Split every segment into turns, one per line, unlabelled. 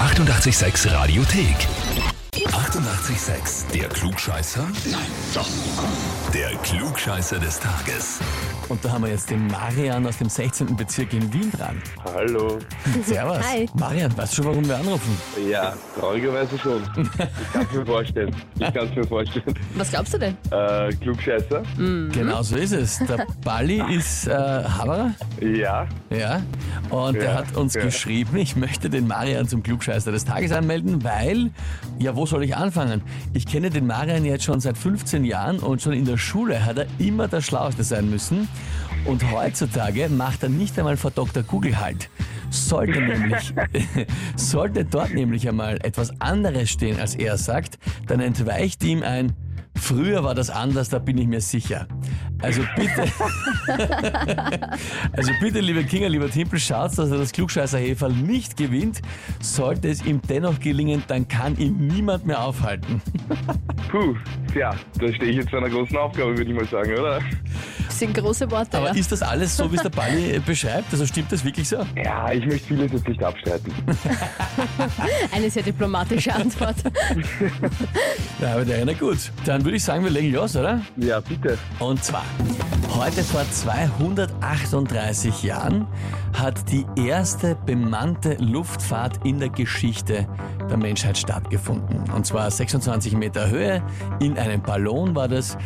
886 Radiothek. 88,6. Der Klugscheißer? Nein, doch. Der Klugscheißer des Tages.
Und da haben wir jetzt den Marian aus dem 16. Bezirk in Wien dran.
Hallo.
Servus.
Mhm. Hi.
Marian, weißt du schon, warum wir anrufen?
Ja, traurigerweise schon. Ich kann es mir vorstellen. Ich kann es mir vorstellen.
Was glaubst du denn?
Äh, Klugscheißer?
Genau so ist es. Der Balli ist äh, Haberer,
Ja.
ja, und der
Ja,
hat uns
ja.
geschrieben, ich möchte den Marian zum Klugscheißer des Tages anmelden, weil, ja, wo soll ich anfangen? Ich kenne den Marian jetzt schon seit 15 Jahren und schon in der Schule hat er immer der Schlauste sein müssen. Und heutzutage macht er nicht einmal vor Dr. Google halt. Sollte nämlich, sollte dort nämlich einmal etwas anderes stehen, als er sagt, dann entweicht ihm ein, früher war das anders, da bin ich mir sicher. Also bitte, also bitte, liebe Kinder, lieber Timpel, schaut, dass er das klugscheißer Heferl nicht gewinnt. Sollte es ihm dennoch gelingen, dann kann ihn niemand mehr aufhalten.
Puh. Tja, da stehe ich jetzt vor einer großen Aufgabe, würde ich mal sagen, oder?
Das sind große Worte,
Aber
ja.
ist das alles so, wie es der Balli beschreibt? Also stimmt das wirklich so?
Ja, ich möchte vieles jetzt nicht abstreiten.
Eine sehr diplomatische Antwort.
Ja, aber der erinnert gut. Dann würde ich sagen, wir legen los, oder?
Ja, bitte.
Und zwar, heute vor 238 Jahren hat die erste bemannte Luftfahrt in der Geschichte der Menschheit stattgefunden. Und zwar 26 Meter Höhe, in einem Ballon war das,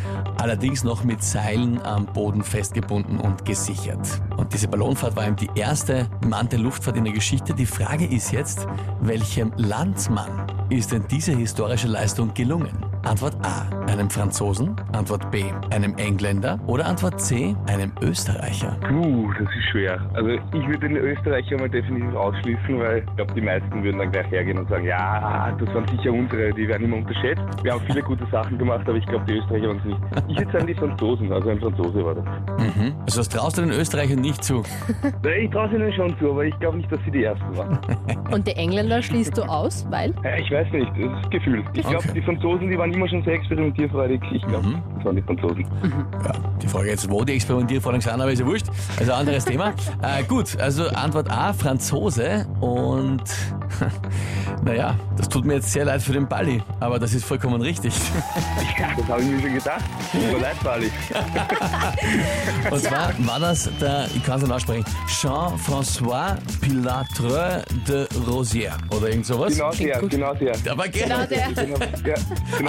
allerdings noch mit Seilen am Boden festgebunden und gesichert. Und diese Ballonfahrt war eben die erste bemannte Luftfahrt in der Geschichte. Die Frage ist jetzt, welchem Landsmann ist denn diese historische Leistung gelungen? Antwort A, einem Franzosen, Antwort B, einem Engländer oder Antwort C, einem Österreicher.
Puh, das ist schwer. Also ich würde den Österreicher mal definitiv ausschließen, weil ich glaube, die meisten würden dann gleich hergehen und sagen, ja, das waren sicher unsere, die werden immer unterschätzt. Wir haben viele gute Sachen gemacht, aber ich glaube, die Österreicher waren es nicht. Ich würde sagen, die Franzosen, also ein Franzose war das.
Mhm. Also das traust du den Österreichern nicht zu.
Nein, Ich traue ihnen schon zu, aber ich glaube nicht, dass sie die Ersten waren.
Und die Engländer schließt du aus, weil?
Ja, ich weiß nicht, das ist Gefühl. Ich glaube,
Okay.
die Franzosen, die waren immer schon sehr experimentierfreudig. Ich glaube,
Mhm.
das waren die Franzosen.
Ja, die Frage jetzt, wo die Experimentierforderung sind, aber ist ja wurscht. Also anderes Thema. Äh, gut, also Antwort A, Franzose. Und naja, das tut mir jetzt sehr leid für den Balli, aber das ist vollkommen richtig.
Das habe ich mir schon gedacht. Tut mir leid, Bali.
Und zwar war das der, ich kann es nicht aussprechen, Jean-François Pilatre de Rosière oder irgend sowas.
Genau der,
gut.
genau der.
Aber genau,
Genau der.
Den hab, ja, den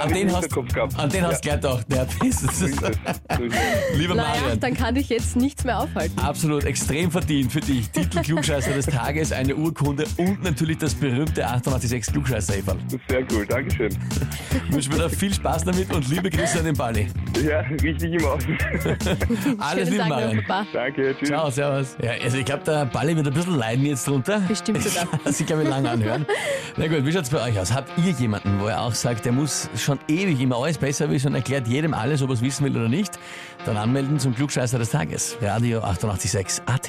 An
habe ich
den hast
im
du
Hinterkopf gehabt.
an den hast ja. gedacht, der hat
ja, so ist es.
Lieber
Naja,
Marian.
dann kann dich jetzt nichts mehr aufhalten.
Absolut extrem verdient für dich. Titel Klugscheißer des Tages, eine Urkunde und natürlich das berühmte 886 klugscheißer -Eferl.
Sehr cool, Dankeschön.
Wünschen wir dir viel Spaß damit und liebe Grüße an den Balli.
Ja, richtig im Außen.
Alles
Schönen
Liebe,
Tag noch,
Marian.
Papa.
Danke, tschüss.
Ciao, servus. Ja, also ich glaube, der Balli wird ein bisschen leiden jetzt drunter.
Bestimmt
Ich
sogar.
kann sich, glaube ich, lange anhören. Na gut, wie schaut's bei euch aus? Habt ihr jemanden, wo er auch sagt, der muss schon ewig immer alles besser wissen und erklärt jedem alles, ob er es wissen will oder nicht? Dann anmelden zum Klugscheißer des Tages. Radio 886 AT.